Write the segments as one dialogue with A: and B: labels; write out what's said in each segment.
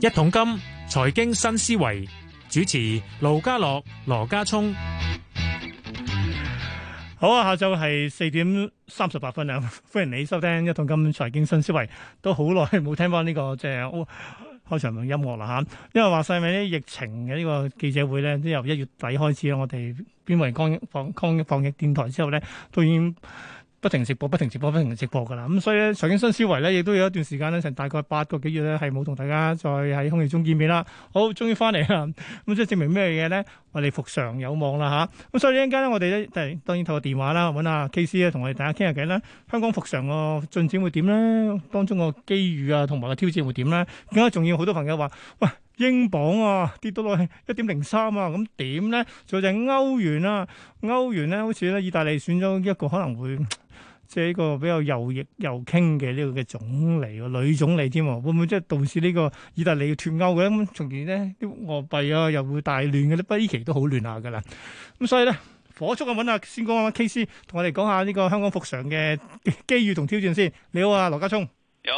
A: 一桶金財經新思維主持盧家樂、羅家聰，
B: 好啊，下晝係四點三十八分啊！ 歡迎你收聽《一桶金財經新思維》，都好耐冇聽翻呢、個即係、哦、開場嘅音樂啦嚇。因為話晒咪呢疫情嘅呢個記者會咧，都由一月底開始啦。我哋邊為抗疫防抗疫防疫電台之後咧，都已經不停直播、不停直播、不停直播㗎啦。咁所以咧，財經新思維咧，亦都有一段時間咧，成大概八個幾月咧，係冇同大家再喺空氣中見面啦。好，終於翻嚟啦！咁即係證明咩嘢咧？我哋復常有望啦吓，咁所以呢一陣間咧，我哋咧誒當然透過電話啦，揾阿 K C 咧同我哋大家傾下偈啦。香港復常個進展會點咧？當中個機遇啊，同埋個挑戰會點咧？更加重要，好多朋友話：喂，英鎊啊跌到落去一點零三啊，咁點咧？仲有就係歐元啊，歐元咧好似咧意大利選咗一個可能會。即係呢個比較右翼右傾嘅呢個嘅總理喎，女總理添喎，會唔會即係導致呢個意大利要脱歐嘅？咁從而呢啲外幣啊又會大亂嘅咧，不依期都好亂下㗎啦。咁所以咧，火速啊揾下先講下 K C 同我哋講下呢個香港復常嘅機遇同挑戰先。你好啊，羅家聰。
C: 有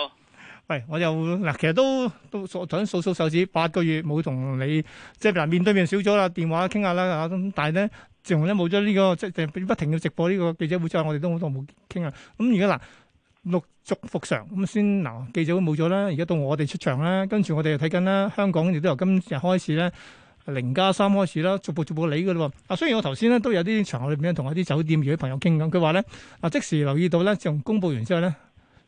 B: 喂，我又嗱，其實都都數想數數手指，八個月冇同你即係嗱面對面少咗啦，電話傾下啦咁，但係咧，自從咧冇咗呢個即係不停要直播呢個記者會之後，我哋都好耐冇傾啦。咁而家嗱陸續復常，咁先嗱記者會冇咗啦，而家到我哋出場啦，跟住我哋又睇緊啦，香港亦都由今日開始咧。零加三開始啦，逐步逐步理嘅咯喎。啊，雖然我頭先咧都有啲場合裏面同一啲酒店業嘅朋友傾緊，佢話咧啊，即時留意到咧，自從公佈完之後咧。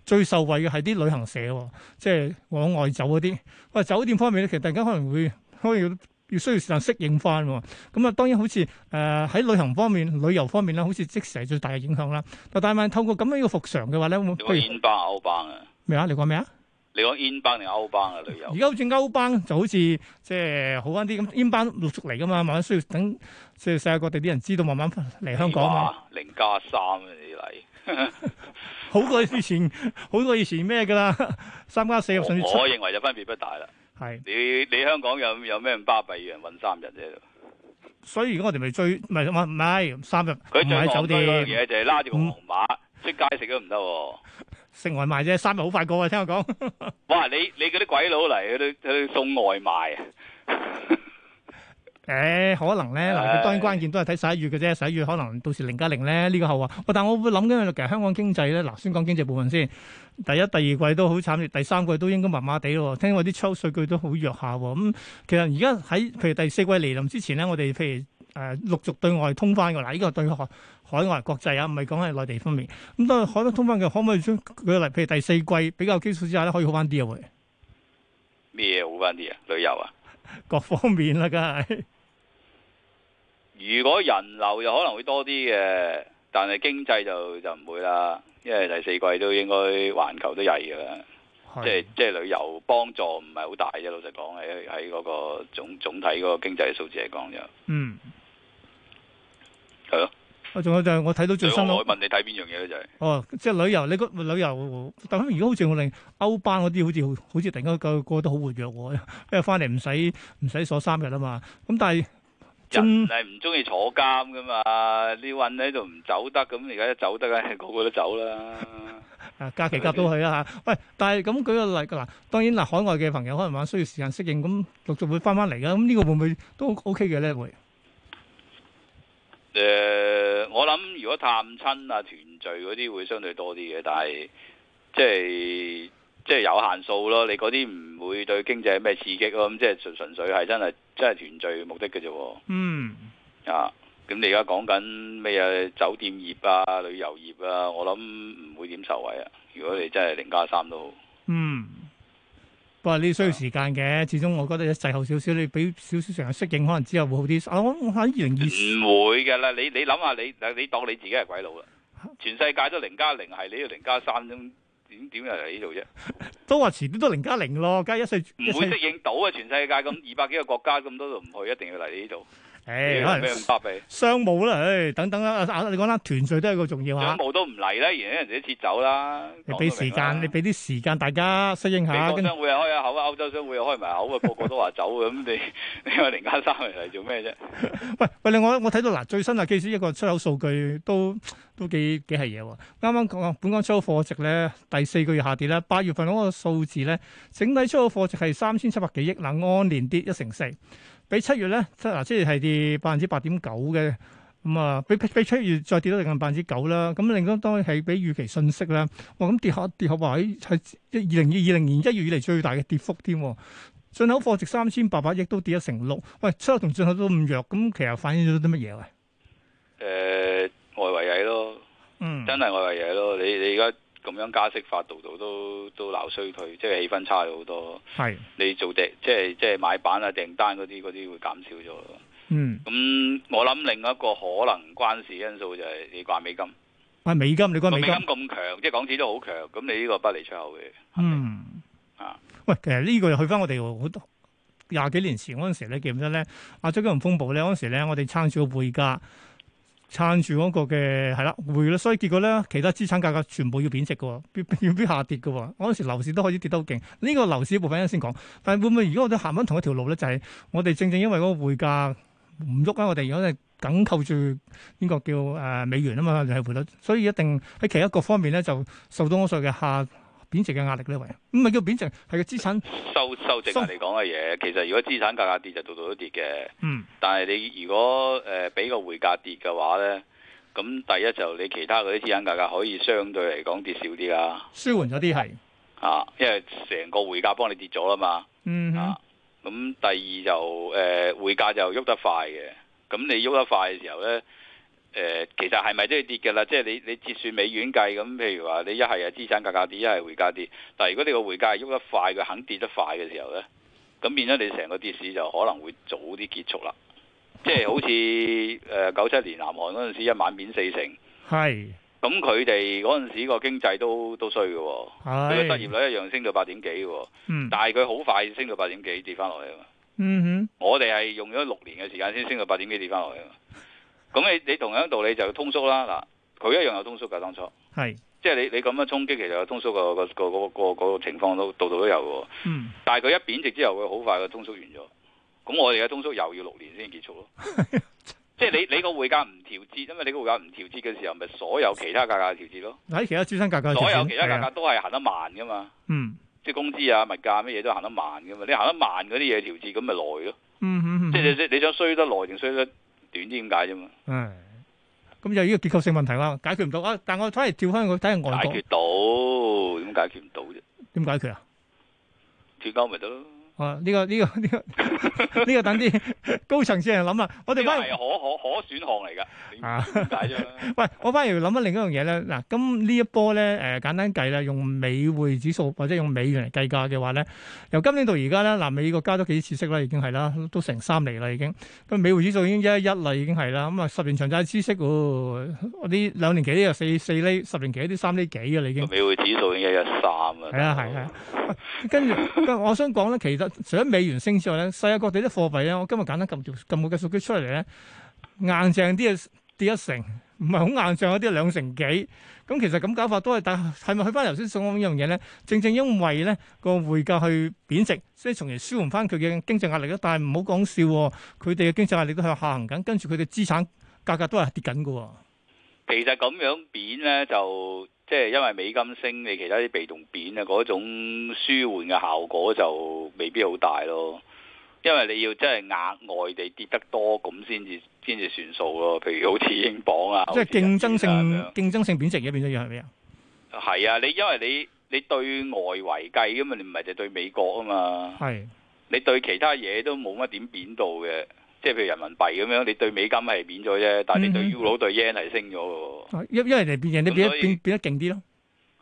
B: 最受惠嘅係啲旅行社喎，即係往外走嗰啲。喂，酒店方面咧，其實大家可能會可能要要需要時間適應翻喎。咁啊，當然好似誒喺旅行方面、旅遊方面啦，好似即時係最大嘅影響啦。但係透過咁樣嘅復常嘅話咧，會
C: 你講
B: 譬如
C: 英鎊歐鎊啊？
B: 咩啊？你講咩啊？
C: 你講英鎊定歐鎊啊？旅遊
B: 而家好似歐班就好似即係好翻啲咁，英班陸續嚟噶嘛，慢慢需要等即係世界各地啲人知道，慢慢嚟香港啊嘛。
C: 哇零加三啊！你嚟
B: 好過以前， 好過以前咩㗎啦？ 三加四
C: 我
B: 甚至七
C: 我認為就分別不大啦。
B: 係。
C: 你你香港有有咩咁巴閉嘅人揾三日啫？
B: 所以而家我哋咪追，唔係唔係唔係三日唔
C: 佢最
B: 喺
C: 戇
B: 酒
C: 居嗰
B: 店
C: 樣
B: 嗯
C: 嘢就係拉住個黃馬出街食都唔得喎。
B: 食外賣啫，三日好快過啊！聽我講，
C: 哇！你你嗰啲鬼佬嚟，佢哋佢哋送外賣啊！
B: 誒、可能咧嗱，佢當然關鍵都係睇十一月嘅啫，十一月可能到時零加零咧呢個後話。喂但我會諗緊，其實香港經濟咧，嗱，先講經濟部分先。第一、第二季都好慘，第三季都應該麻麻地咯。聽話啲抽數據都好弱下喎。咁、其實而家喺譬如第四季嚟臨之前咧，我哋譬如誒、陸續對外通翻㗎啦，呢、個對海海外國際啊，唔係講係內地方面。咁當然海外通翻嘅，可唔可以將舉個例，譬如第四季比較基礎之下咧，可以好翻啲啊？會
C: 咩好翻啲啊？旅遊啊！
B: 各方面啦，梗係。
C: 如果人流就可能會多啲嘅，但係經濟就就唔會啦，因為第四季都應該環球都曳㗎啦。即係即係旅遊幫助唔係好大啫，老實講喺喺嗰個總總體嗰個經濟數字嚟講就
B: 嗯，
C: 係咯。
B: 啊，仲有就係我睇到最
C: 所以
B: 新
C: 我
B: 咯，
C: 問你睇邊樣嘢咧就係、
B: 哦，即係旅遊，你個旅遊，但係而家好似我哋歐班嗰啲，好似好似突然間個個都好活躍喎， 因為翻嚟唔使唔使鎖三日啊嘛。咁但係中
C: 人係唔中意坐監噶嘛，你韞喺度唔走得，咁而家一走得咧， 個個都 走啦。
B: 啊假期夾到去啦嚇，喂！但係咁舉個例嗱，當然嗱，海外嘅朋友可能話需要時間適應，咁陸續會翻翻嚟噶。咁呢個會唔會都 OK 嘅咧？會
C: 誒、我諗如果探親啊團聚嗰啲會相對多啲嘅，但係即係即係有限數咯。你嗰啲唔會對經濟有咩刺激咯，咁即係純純粹係真係真係團聚目的嘅啫喎。
B: 嗯。
C: 啊，咁你而家講緊咩嘢酒店業啊、旅遊業啊，我諗唔會點受惠啊。如果你真係零加三都好，
B: 嗯，不過呢需要時間嘅，始終我覺得滯後少少，你俾少少時間適應，可能之後會好啲。啊，我我喺二零二
C: 唔會㗎啦。你你諗下，你嗱你當你自己係鬼佬啦，全世界都零加零，係你要零加三咁。點點又嚟呢度啫？
B: 都話遲啲都零加零咯，加一歲一
C: 唔會
B: 歲
C: 適應到啊！全世界咁二百幾個國家咁多度唔去，一定要嚟呢度。
B: 誒，可
C: 咩
B: 能
C: 五百倍？
B: 商務啦，誒，等等啦，啊你講啦，團聚都係個重要嚇
C: 商。務都唔嚟啦，而家人哋都撤走啊啦。
B: 你俾時間，你俾啲時間大家適應下，
C: 美
B: 跟
C: 國商會又開下口啊，歐洲商會又開埋口啊，個個都話走咁，你你話零加三嚟嚟做咩啫？
B: 喂喂，另外我睇到嗱最新啊，基於一個出口數據都都幾幾係嘢喎。啱啱講本港出口貨值咧第四個月下跌咧，八月份嗰個數字咧，整體出口貨值係三千七百幾億，嗱按年跌一成四，比七月咧即嗱即係係跌百分之八點九嘅。咁啊，比比比七月再跌到近百分之九啦，咁另外當然係比預期信息啦。哇，咁跌下跌下話喺係二零二二零年一月以嚟最大嘅跌幅添喎。進口貨值三千八百億都跌一成六，喂，出口同進口都咁弱，咁其實反映咗啲乜嘢喂？啊
C: 誒、呃外圍嘢咯，
B: 嗯，
C: 真係外圍嘢咯。你你而家咁樣加息法，度度都都鬧衰退，即係氣氛差咗好多。
B: 係，
C: 你做訂即係即係買板啊、訂單嗰啲嗰啲會減少咗咯。
B: 嗯，
C: 咁我諗另一個可能關事因素就係你掛美金，
B: 喂，美金你
C: 個
B: 講
C: 美
B: 美
C: 金
B: 金，
C: 咁強，即係港紙都好強，咁你呢個不利出口嘅。
B: 嗯，
C: 啊，
B: 喂，其實呢個又去翻我哋好多廿幾年前嗰陣時咧，記唔記得咧？亞洲金融風暴咧嗰陣時咧，我哋撐住個匯價，撐住嗰個嘅係啦匯率，所以結果咧，其他資產價格全部要貶值嘅喎，要要 要下跌嘅喎。嗰陣時樓市都開始跌得好勁，呢、個樓市部分一陣先講。但係會唔會如果我哋行翻同一條路咧，就係、我哋正正因為嗰個匯價唔喐啊，我哋而家係緊扣住呢個叫誒、呃美元啊嘛，就係、匯率，所以一定喺其他各方面咧就受到我所謂嘅下貶值嘅壓力呢喂，唔係叫貶值，係個資產
C: 收收正係你講嘅嘢，其實如果資產價格跌就度度都跌嘅。
B: 嗯
C: 但係你如果誒俾、個匯價跌嘅話呢，咁第一就你其他嗰啲資產價格可以相對嚟講跌少啲啦，
B: 舒緩咗啲係，
C: 啊，因為成個匯價幫你跌咗啦嘛，
B: 嗯哼
C: 啊，咁第二就誒、呃、匯價就喐得快嘅，咁你喐得快嘅時候呢。誒、其實係咪都要跌嘅啦？即係你你折算美元計咁，譬如話你一係啊資產價格跌，一係匯價跌。但係如果你個匯價係喐得快，佢肯跌得快嘅時候呢，咁變咗你成個跌市就可能會早啲結束啦。即係好似誒九七年南韓嗰陣時一晚貶四成，
B: 係
C: 咁佢哋嗰陣時個經濟都都衰嘅喎，佢嘅失
B: 係，
C: 業率一樣升到八點幾嘅喎，
B: 嗯
C: 但係佢好快升到八點幾跌翻落嚟啊嘛。
B: 嗯
C: 我哋係用咗六年嘅時間先升到八點幾跌翻落嚟啊嘛。咁你你同樣道理就通縮啦，嗱，佢一樣有通縮㗎當初，
B: 哼係，
C: 即係你你咁樣衝擊，其實有通縮個個個個個個情況都度度都有嘅喎。
B: 嗯
C: 但係佢一貶值之後，佢好快個通縮完咗。咁我哋嘅通縮又要六年先結 束咯。即係你你個匯價唔調節，因為你個匯價唔調節嘅時候，咪所有其他價格調節咯。
B: 喺其他資產價格
C: 所有其他價
B: 係
C: 格
B: 啊
C: 都係行得慢噶嘛，
B: 嗯
C: 即係工資啊、物價乜嘢都行得慢噶嘛。你行得慢嗰啲嘢調節，咁咪耐咯。
B: 嗯哼嗯
C: 即係
B: 哼。
C: 你你你想衰得耐定衰得短啲咁解啫嘛？
B: 唉，咁就呢個結構性問題啦，解決唔到啊！但我睇嚟跳翻去睇下外
C: 解
B: 國
C: 決到點解決唔到啫？
B: 點解決啊？
C: 脱歐咪得咯？
B: 啊，呢、個呢、個呢、個呢個等啲高層次人諗啦。我
C: 呢個
B: 哋翻
C: 係可可可選項嚟㗎，
B: 啊，
C: 點 解啫？
B: 喂，我反而諗緊另一樣嘢咧。嗱，咁呢一波咧，誒、簡單計啦，用美匯指數或者用美元嚟計價嘅話咧，由今年到而家咧，嗱，美國加咗幾次息啦，已經係啦，都成三厘啦已經。咁美匯指數已經一一一啦，已經係啦。咁啊，十年長債孳息喎，嗰啲兩年期啲又四四厘，十年期啲三厘幾嘅啦已經
C: 個。美匯指數已經一一三啦。
B: 係啊係啊，跟住，跟我想講咧，其實除咗美元升之外咧，世界各地啲貨幣咧，我今日簡單撳條撳個計數機出嚟咧，硬淨啲嘢跌一成，唔係好硬淨嗰啲兩成幾。咁其實咁搞法都係，但係咪去翻頭先所講呢樣嘢咧？正正因為咧個匯價去貶值，所以從而舒緩翻佢嘅經濟壓力咯。但係唔好講笑喎，佢哋嘅經濟壓力都係下行緊，跟住佢哋資產價格都係跌緊嘅喎。
C: 其實咁樣貶咧，就即係因為美金升，你其他啲被動貶啊，嗰種舒緩嘅效果就未必好大咯。因為你要真係額外地跌得多，咁先至先至算數咯。譬如好似英鎊啊，
B: 即係競爭
C: 好似日元啊
B: 性競爭性貶值嘅變咗要係咪啊？
C: 咁樣係啊，你因為你你對外圍計噶嘛，你唔係就對美國啊嘛，
B: 係
C: 你對其他嘢都冇乜點貶到嘅。即係譬如人民幣咁樣，你對美金係貶咗啫，但係你對
B: 嗯哼
C: Euro 對 yen 係升咗嘅喎。
B: 因因為人哋變人哋變
C: 咁所
B: 得
C: 以
B: 變變得勁啲咯。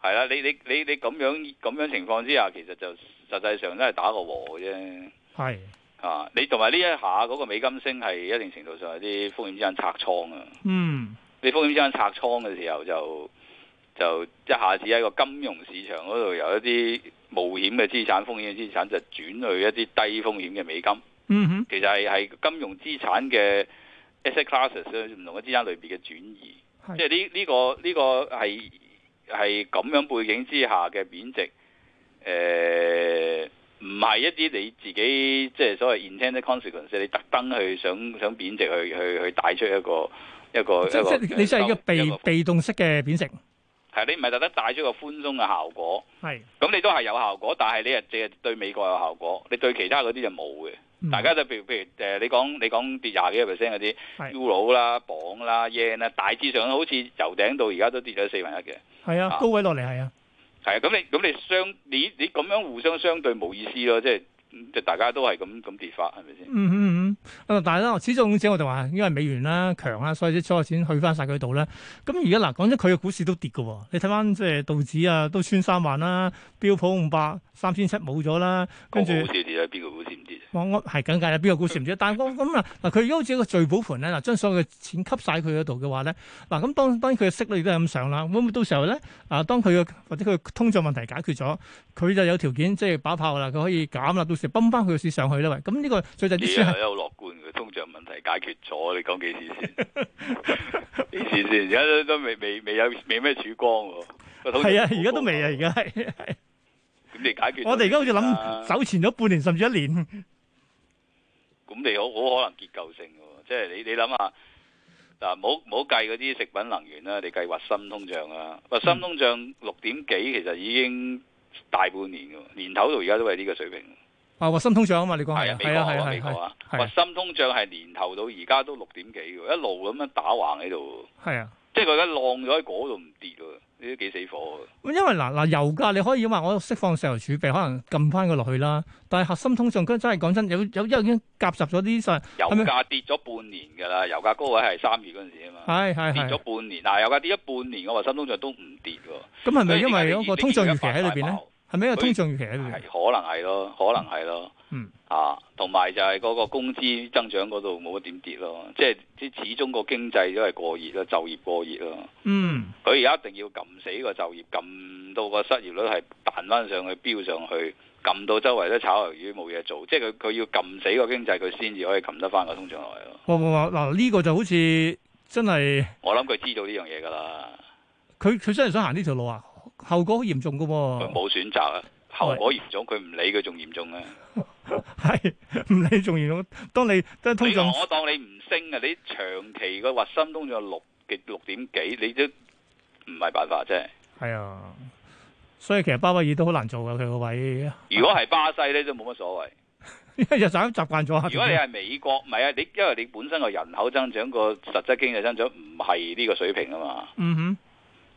C: 係啦，你你你你咁樣咁樣情況之下，其實就實際上都係打個和嘅啫。
B: 係，
C: 啊！你同埋呢一下嗰個美金升係一定程度上有啲風險資產拆倉啊！
B: 嗯，
C: 你風險資產拆倉嘅時候就就一下子喺個金融市場嗰度由一啲冒險嘅資產、風險嘅資產就轉去一啲低風險嘅美金。
B: 嗯哼，
C: 其實係係金融資產嘅 asset classes 唔同嘅資產類別嘅轉移，
B: 係
C: 即係呢呢個呢、個係係咁樣背景之下嘅貶值，誒唔係一啲你自己即係所謂 intended consequence，你特登去想想貶值去去去帶出一個一個
B: 哦即
C: 一個
B: 即你就係一個
C: 一
B: 被
C: 個
B: 被動式嘅貶值，
C: 係你唔係特登帶出個寬鬆嘅效果。
B: 係
C: 咁你都係有效果，但係你係淨係對美國有效果，你對其他嗰啲就冇嘅。
B: 嗯
C: 大家就譬如譬如誒，你講你講跌廿幾個 percent 嗰啲
B: 係
C: Euro 啦、磅啦、yen 啦，大致上好似由頂到而家都跌咗四分一嘅。
B: 係啊，
C: 啊
B: 高位落嚟係啊，
C: 係啊，咁你咁你相你你咁樣互相相對冇意思咯，即係即係大家都係咁咁跌法，係咪先？
B: 嗯嗯嗯，啊但係咧，始終只我就話，因為美元啦強啦，所以啲所有錢去翻晒佢度啦。咁而家嗱，講真，佢嘅股市都跌嘅喎。你睇翻即係道指啊，都穿三萬啦，標普五百三千七冇咗啦，
C: 個
B: 跟
C: 股
B: 住。
C: 市跌啊，邊個股市唔跌？
B: 我我係梗計啦，邊個股市唔知？但係我咁啊，嗱，佢而家好似一個聚寶盤咧，嗱，將所有嘅錢吸晒佢嗰度嘅話咧，嗱，咁當當然佢嘅息率亦都係咁上啦。咁咁到時候咧，啊，當佢嘅或者佢嘅通脹問題解決咗，佢就有條件即係把炮啦，佢可以減啦，到時泵翻佢嘅市上去啦。喂，咁呢個最近啲
C: 你係啊
B: 錢係
C: 好樂觀嘅，通脹問題解決咗，你講幾時 先？幾時先？而家都都未未未有未咩曙光喎。個通脹
B: 係啊，而家都未啊，而
C: 冇
B: 家係係
C: 咁你解決咗啊
B: 我哋而家好似
C: 啦
B: 諗走前咗半年甚至一年，
C: 咁你好好可能結構性嘅喎，即係你你諗下嗱，唔好唔好計嗰啲食品能源啦，你計核心通脹啦，核心通脹六點幾其實已經大半年嘅喎，年頭到而家都係呢個水平。
B: 啊，核心通脹啊嘛，你講係
C: 啊
B: 啊，，
C: 美
B: 係
C: 國
B: 啊，係啊
C: 啊，美
B: 係
C: 國
B: 啊，
C: 啊，
B: 係
C: 核心通脹係年頭到而家都六點幾嘅，一路咁樣打橫喺度，
B: 係啊。
C: 即係佢而家浪咗喺嗰度唔跌喎，呢都幾死火喎。
B: 因為嗱嗱油價你可以話我釋放石油儲備，可能撳翻佢落去啦。但係核心通脹真係講真，有有因為已經夾雜咗啲實
C: 油
B: 咪
C: 價跌咗半年㗎啦，油價高位係三月嗰陣時啊嘛，
B: 係係
C: 跌
B: 係。
C: 咗半年，嗱油價跌咗半年，我話心通脹都唔跌
B: 咁
C: 喎。
B: 係咪因為嗰個通脹預期喺裏邊咧？係咪因為通
C: 所以
B: 脹預期喺裏
C: 係
B: 邊？
C: 可能係咯，可能係咯。
B: 嗯。
C: 啊，同埋就係嗰個工資增長嗰度冇乜點跌咯，即係即係始終個經濟都係過熱咯，就業過熱咯。
B: 嗯，
C: 佢而家一定要撳死個就業，撳到個失業率係彈翻上去，飆上去，撳到周圍都炒魷魚冇嘢做，即係佢佢要撳死個經濟，佢先至可以撳得翻個通脹落嚟咯。
B: 哇哇哇！嗱呢個就好似真係
C: 我諗佢知道呢樣嘢㗎啦，
B: 佢佢真係想行呢條路啊，後果好嚴重噶
C: 佢
B: 喎。
C: 冇選擇啊。
B: 哦
C: 後果嚴重，佢唔理佢仲嚴重啊！
B: 係唔理仲嚴重，當你即係通
C: 你話
B: 脹
C: 我當你唔升啊！你長期個核心通脹六嘅六點幾，你都唔係辦法啫。
B: 係啊，所以其實巴威爾都好難做噶佢個位，
C: 如果係巴西咧，都冇乜所謂。
B: 因為就習慣咗。
C: 如果你係美國，唔係啊，你因為你本身個人口增長個實質經濟增長唔係呢個水平啊嘛。
B: 嗯哼。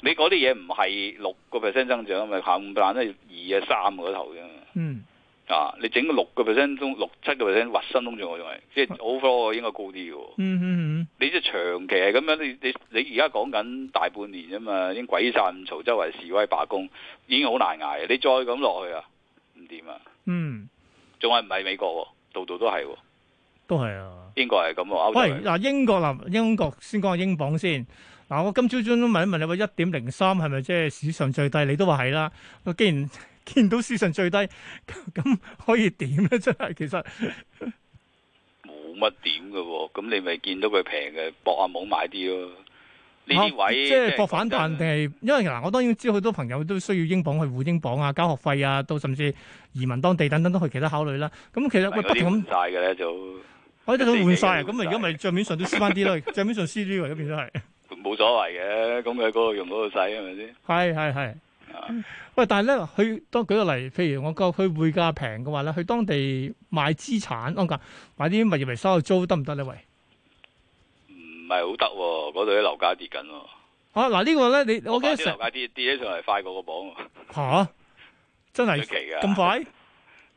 C: 你嗰啲嘢唔係六個 percent 增長啊嘛，下半爛都係二啊三嗰頭啫嘛。
B: 嗯，
C: 啊，你整個六個 percent 中六七個 percent 核心通脹，我認為即係 overall 應該高啲嘅喎。
B: 嗯嗯嗯，
C: 你即係長期係咁樣，你你你而家講緊大半年啫嘛，已經鬼殺咁嘈，周圍示威罷工，已經好難捱。你再咁落去啊，唔掂啊！
B: 嗯，
C: 仲係唔係美國喎？度度都係喎，
B: 都係啊。
C: 英國係咁喎，歐洲
B: 喂，
C: 係
B: 嗱，英國嗱，英國先講下英鎊先。嗱，我今朝早都問一問你話一點零三係咪即係史上最低？你都話係啦。我既然 見到史上最低，咁可以點咧？真係其實
C: 冇乜點嘅喎。咁你咪見到佢平嘅，搏下冇買啲咯。呢
B: 啊
C: 啲位
B: 即係博反
C: 講
B: 彈
C: 真
B: 定係因為嗱，我當然知好多朋友都需要英鎊去換英鎊啊，交學費啊，到甚至移民當地等等都去其他考慮啦。咁其實喂
C: 係
B: 不
C: 嗰
B: 停
C: 啲
B: 咁
C: 換，晒嘅咧就
B: 我一直都換晒啊。
C: 四
B: 咁
C: 四
B: 啊，
C: 換晒
B: 而家咪帳面上都輸翻啲咯，帳面上輸啲喎，而家變咗係。
C: 冇所謂嘅。咁佢嗰度用嗰度使係咪先？
B: 係係係
C: 啊。
B: 喂，但係咧，佢當舉個例，譬如我個佢匯價平嘅話咧，去當地買資產，哦我講買啲物業嚟收下租得唔得咧？喂，
C: 唔係好得喎，嗰度啲樓價跌緊喎。
B: 啊嗱，呢個咧你我記得
C: 見啲
B: 成
C: 樓價跌跌起上嚟快過個磅喎。
B: 嚇，真係
C: 出奇㗎
B: 咁快？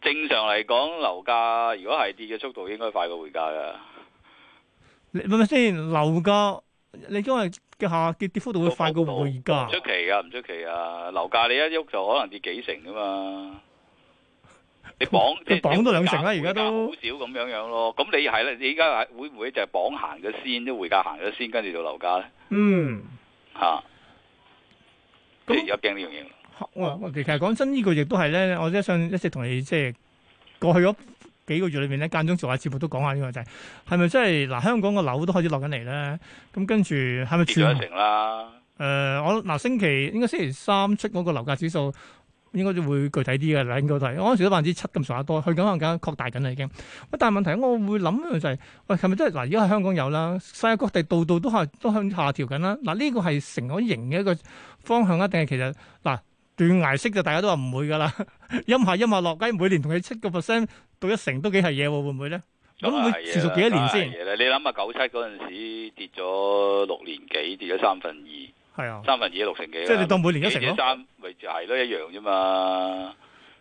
C: 正常嚟講，樓價如果係跌嘅速度應該快過匯價噶，
B: 你咪咪先樓價，你因為嘅下跌跌幅度會快過匯
C: 唔
B: 價
C: 出，奇噶，唔出奇啊！樓價你一喐就可能跌幾成噶嘛。你 綁即
B: 佢
C: 係
B: 綁到兩成啦
C: 匯價
B: 而家都
C: 匯價好少咁樣樣咯。咁你係啦，你而家係會唔會就係綁行咗先，啲匯價行咗先，跟住到樓價咧
B: 嗯。
C: 嚇？即
B: 咁
C: 係而家驚呢樣嘢。
B: 我我其實講真，呢個亦都係咧，我即係想一直同你即係過去咗幾個月裏面咧，間中做下節目都講下呢個就係係咪真係嗱香港個樓都開始落緊嚟咧？咁跟住係咪
C: 跌
B: 全
C: 咗一成啦。
B: 誒、我嗱星期應該星期三出嗰個樓價指數應該就會具體啲嘅啦，應該都係我嗰陣時都百分之七咁上下多，去緊可能緊擴大緊啦已經。喂，但係問題我會諗嘅就係、喂係咪真係嗱？而家喺香港有啦，世界各地度度都係都向下調緊啦。嗱，呢個係成咗型嘅一個方向啊，定係其實嗱斷崖式就大家都話唔會㗎啦，陰下陰下落街，每年同你七個 percent 到一成都幾係嘢喎，會唔會咧？咁
C: 啊梗係
B: 會持續幾多年先
C: 梗係嘢啦啊你諗下九七嗰陣時跌咗六年幾，跌咗三分二，
B: 係啊，
C: 三分二六成幾啦。
B: 即係你當每年一成
C: 跌
B: 咯
C: 咗。三咪就係咯，一樣啫嘛。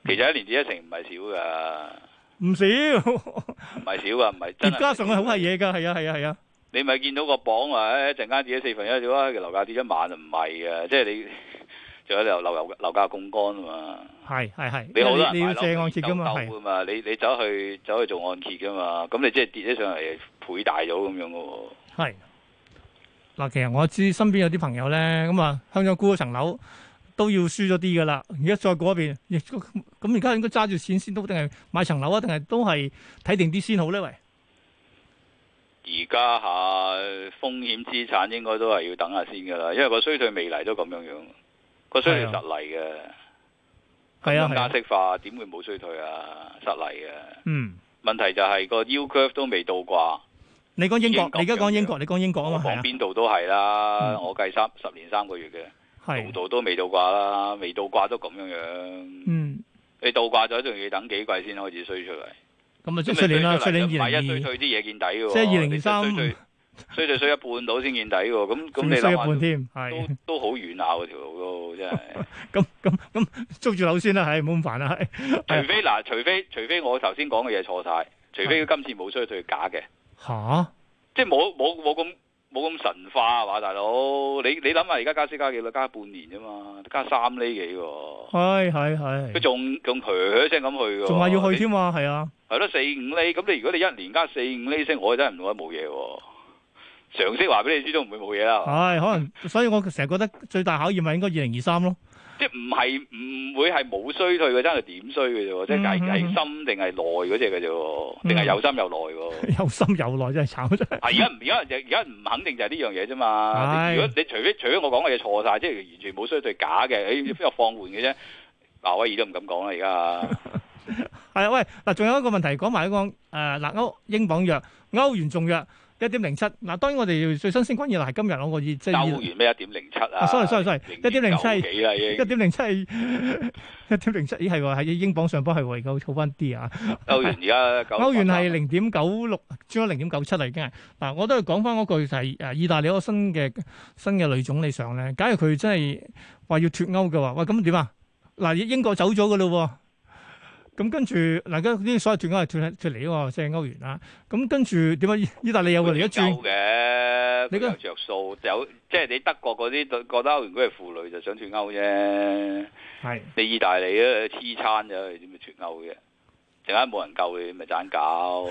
C: 其實一年跌一成唔係少噶，
B: 唔少，
C: 唔係少啊噶，唔係真係唔
B: 疊
C: 少。
B: 加上去好係嘢㗎，係啊，係啊，係啊。
C: 你咪見到個榜話，誒一陣間跌咗四分一，點啊？樓價跌一萬就唔係嘅，即係你 仲有樓樓樓樓價槓桿啊嘛。
B: 係係係，
C: 你好
B: 因
C: 多
B: 為
C: 人
B: 你要
C: 買樓
B: 借按揭噶嘛，
C: 鬥
B: 係
C: 㗎嘛，你你走去走去做按揭噶嘛，咁你即係跌咗上嚟倍大咗咁樣噶喎。
B: 係。嗱，其實我知身邊有啲朋友咧，咁啊，香港沽咗層樓都要輸咗啲噶啦。而家再過一邊，亦都咁而家應該揸住錢先都定係買層樓啊？定係都係睇定啲先好咧？喂，
C: 而家下風險資產應該都係要等下先㗎啦，因為個衰退未嚟都咁樣樣，個衰退
B: 係啊
C: 實嚟嘅，
B: 係啊
C: 咁
B: 係
C: 加
B: 啊，
C: 息化點會冇衰退啊？實嚟嘅，
B: 嗯，
C: 問題就係個 U curve 都未倒掛，
B: 你講英國，
C: 英
B: 你
C: 國
B: 而家講英國，你講英國啊
C: 我
B: 嘛，係
C: 講
B: 啊，
C: 邊度都係啦，
B: 嗯
C: 我計三十年三個月嘅，度
B: 係，
C: 度都未倒掛啦，未倒掛都咁樣樣，
B: 嗯，
C: 你倒掛咗仲要等幾季先開始衰出嚟，
B: 咁啊，即係
C: 咁你
B: 出年啦，出
C: 衰出
B: 年
C: 嚟就萬
B: 二
C: 一衰
B: 零二，
C: 退啲嘢見底嘅喎，
B: 即係2023
C: 你衰退衰退衰一半到先見底喎，咁咁
B: 仲
C: 你
B: 衰一
C: 諗下
B: 半。添，
C: 都
B: 係，
C: 都好遠啊！嗰條路都真係，
B: 咁咁咁捉住樓先啦，係，唔好咁煩啦，係
C: 除非嗱，除非除非我頭先講嘅嘢錯晒，除非佢今次冇衰退假嘅，
B: 吓，
C: 即係冇冇冇咁冇咁神化啊嘛，大佬！你你諗下而家加息加幾多？加半年啫嘛，加三厘幾喎，
B: 係係係
C: 佢。仲仲嘘聲咁去喎，
B: 仲話要去
C: 你
B: 添啊，係啊，
C: 係咯，四五厘咁你如果你一年加四五厘升，我真係唔覺得冇嘢喎。常識話俾你知都唔會冇嘢啦，
B: 係可能，所以我成日覺得最大考驗係應該二零二三咯，
C: 即係唔係唔會係冇衰退嘅，真係點衰嘅啫喎，即係係
B: 嗯嗯
C: 係
B: 嗯
C: 深定係內嗰只嘅啫喎，定係
B: 嗯
C: 有深有內喎。
B: 有心有耐真係慘真係。
C: 啊！而家唔而家而家唔肯定就係呢樣嘢啫嘛。
B: 係
C: 你如果你除非除非我講嘅嘢錯晒，即係完全冇衰退假嘅，
B: 嗯
C: 誒邊有放緩嘅啫。嗱，威爾都唔敢講啦，而家
B: 係啊，喂，嗱，仲有一個問題講埋一個誒，嗱歐英鎊弱，歐元仲弱，一點零七。嗱，當然我哋最新鮮關鍵係今日我個熱即
C: 周
B: 係
C: 元咩一點零七
B: 啊
C: 啊
B: ，sorry sorry sorry，
C: 零點九
B: 1.07
C: 幾啦已
B: 一
C: 經。
B: 點零七係一點零七，咦係喎，喺英鎊上方係喎，而家好翻啲啊。
C: 歐元而家九
B: 歐元係零點九六，轉咗零點九七啦已經係。嗱，我都係講翻嗰句就係誒，意大利嗰個新嘅新嘅女總理上咧，假如佢真係話要脱歐嘅話，喂咁點啊？嗱，英國走咗嘅咯喎，咁跟住嗱，嗰啲所謂脱歐係脱脱離嗰個即係歐元啦。咁跟住點啊？意意大利有
C: 有
B: 嘅嚟一轉，
C: 嘅，
B: 你覺
C: 佢
B: 得
C: 有着數，有即係你德國嗰啲覺得歐元區係負累就想脱歐啫。
B: 係
C: 你意大利咧黐餐咗，你點會脱歐嘅？陣間冇人救你，咪盞搞。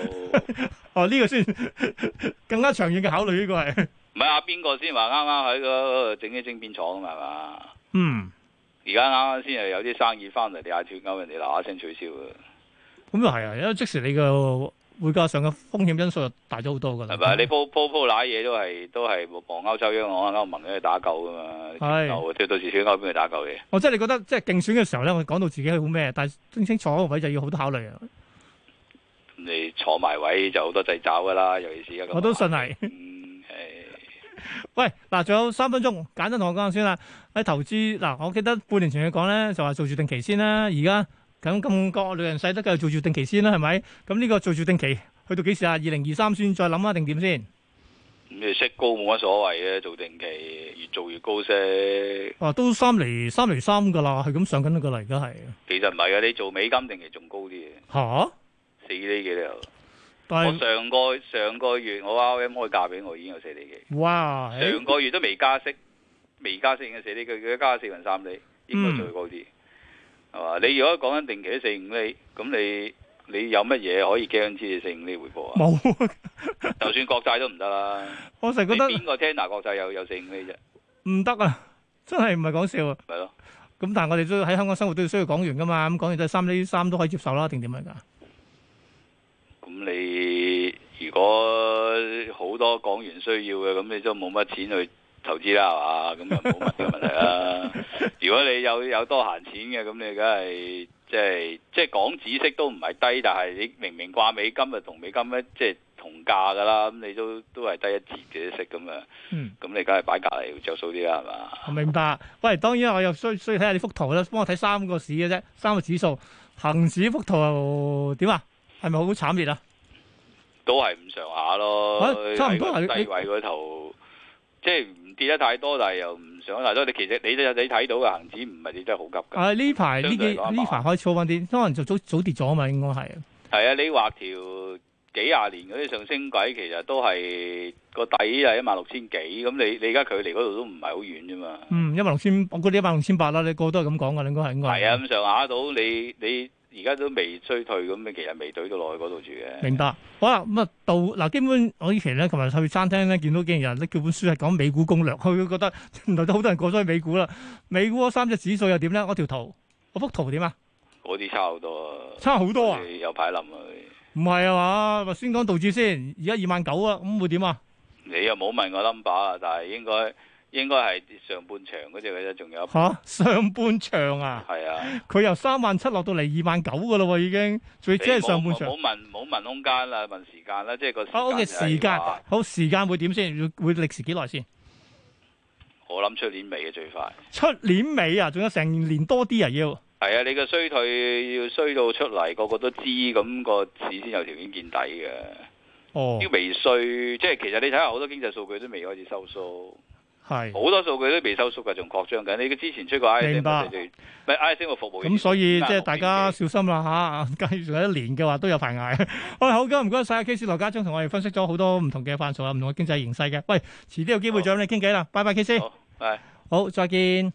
B: 哦呢個先 更加長遠嘅考慮呢個係，
C: 唔係啊，邊個先話啱啱喺個整啲晶片廠啊嘛，係嘛？
B: 嗯，
C: 而家啱啱先係有啲生意翻嚟，你嗌脱歐，人哋嗱嗱聲取消嘅，
B: 咁又係啊，因為即時你嘅匯價上嘅風險因素就大咗好多㗎啦。
C: 係咪？你鋪鋪鋪攋嘢都係都係望歐洲央行、歐盟去打救噶嘛？脱
B: 係
C: 歐脱到時脱歐邊去打救你？
B: 哦我即係你覺得即係競選嘅時候咧，我講到自己好咩，但係清清楚楚個位就要好多考
C: 哦
B: 慮啊！
C: 你坐埋位就好多掣肘噶啦，尤其是而家咁
B: 我都信係。
C: 嗯，係
B: 喂，嗱，仲有三分鐘，簡單同我講下先啦。喺投資嗱，我記得半年前佢講咧，就話做住定期先啦。而家咁咁個女人勢都繼續做住定期先啦，係咪？咁呢個做住定期去到幾時啊？二零二三先再諗啊，定點先？
C: 咁你息高冇乜所謂嘅，做定期越做越高息。
B: 哇，哦都三厘三厘三噶啦，係咁上緊噶啦，而家係
C: 其實唔係嘅，你做美金定期仲高啲嘅，
B: 吓，
C: 四厘幾都有。
B: 但
C: 我
B: 係
C: 上個上個月我 R M 開價俾我已經有四厘幾。
B: 哇，誒
C: 上個月都未加息，未加息已經死你，佢佢加四分三厘，
B: 嗯
C: 應該最高啲，係嘛、你如果講緊定期都四五厘，咁你你有乜嘢可以 guarantee 你四五厘回報啊？
B: 冇啊，
C: 就算國債都唔得啦，
B: 我成日
C: 你
B: 覺得
C: 邊個 Tena 國債有有四五厘啫？
B: 唔得啊，真係唔係講笑啊！
C: 咪咯，
B: 咁但係我啊哋都喺香港生活都要需要講完噶嘛，咁講完都係三呢三都可以接受啦，定點樣㗎？
C: 咁你如果好多港元需要嘅，咁你都冇乜錢去投資啦，係嘛？咁就冇乜嘅問題啦。如果你有有多閒錢嘅，咁你梗係即係即係港紙息都唔係低，但係你明明掛美金就同美金咧即係同價㗎啦，咁你都都係低一截嘅息咁啊，
B: 嗯，
C: 咁你梗係擺隔離要着數啲啦，係嘛？
B: 我嗯明白。喂，當然我又需需要睇下你幅圖啦，幫我睇三個市嘅啫，三個指數，恒指幅圖又點啊？係咪好慘烈啊？
C: 都係咁上下咯，
B: 啊差唔多
C: 喺個
B: 係你
C: 低位嗰頭，即係唔跌得太多，但係又唔上得太多。你其實你你睇到嘅恒指唔係跌得好急㗎，
B: 啊呢排呢
C: 相
B: 幾
C: 對嚟講
B: 呢排開始好翻啲，可能就早早跌咗啊嘛，應該係。
C: 係啊，你畫條幾廿年嗰啲上升軌，其實都係個底係一萬六千幾，咁你你而家距離嗰度都唔係好遠啫嘛。
B: 嗯，一萬六千，我估呢一萬六千八啦，你個個都係咁講噶，應該係應該係
C: 係啊，咁上下到你你而家都未衰退，咁你其實未懟到落去嗰度住嘅。
B: 明白。好啦，咁啊到嗱，基本我以前咧，琴日去餐廳咧，見到竟然有人拎叫本書係講美股攻略，佢都覺得 原來都好多人過咗去美股啦。美股嗰三隻指數又點咧？我條圖，我幅圖點啊？
C: 嗰啲差好多啊，
B: 差好多啊
C: 我！哋有排冧啊！
B: 唔係啊嘛，先講道指先，而家二萬九啊，咁會點啊？
C: 你又冇問我 number 啊，但係應該應該係上半場嗰只嘅啫，仲有一
B: 吓、上半場啊，
C: 係啊，
B: 佢由三萬七落到嚟二萬九噶啦喎，已經，最
C: 你
B: 即係上半
C: 冇
B: 場。
C: 冇問冇問空間啦，問時間啦，即係個時
B: 啊，我嘅
C: 間就係
B: 時間
C: 話
B: 好時間會點先？會會歷時幾耐先？
C: 我諗出年尾嘅最快。
B: 出年尾啊，仲有成年多啲啊，要
C: 係啊，你個衰退要衰到出嚟，個個都知，咁、個市先有條件見底嘅。
B: 哦
C: 啲，微衰，即係其實你睇下好多經濟數據都未開始收縮，
B: 係
C: 好多數據都未收縮㗎，仲擴張緊。你之前出過 ISM
B: 嗯明白
C: 我哋就咪 ISM 個服務業
B: 咁，所以即係
C: 啊
B: 大家小心啦 吓，繼續有一年嘅話都有排捱。 喂，好嘅，唔該晒 K 師羅家聰同我哋分析咗好多唔同嘅範疇啊，唔同嘅經濟形勢嘅。喂，遲啲有機會再同你傾偈啦，拜拜 K 師，
C: 好，係。
B: 好，再見。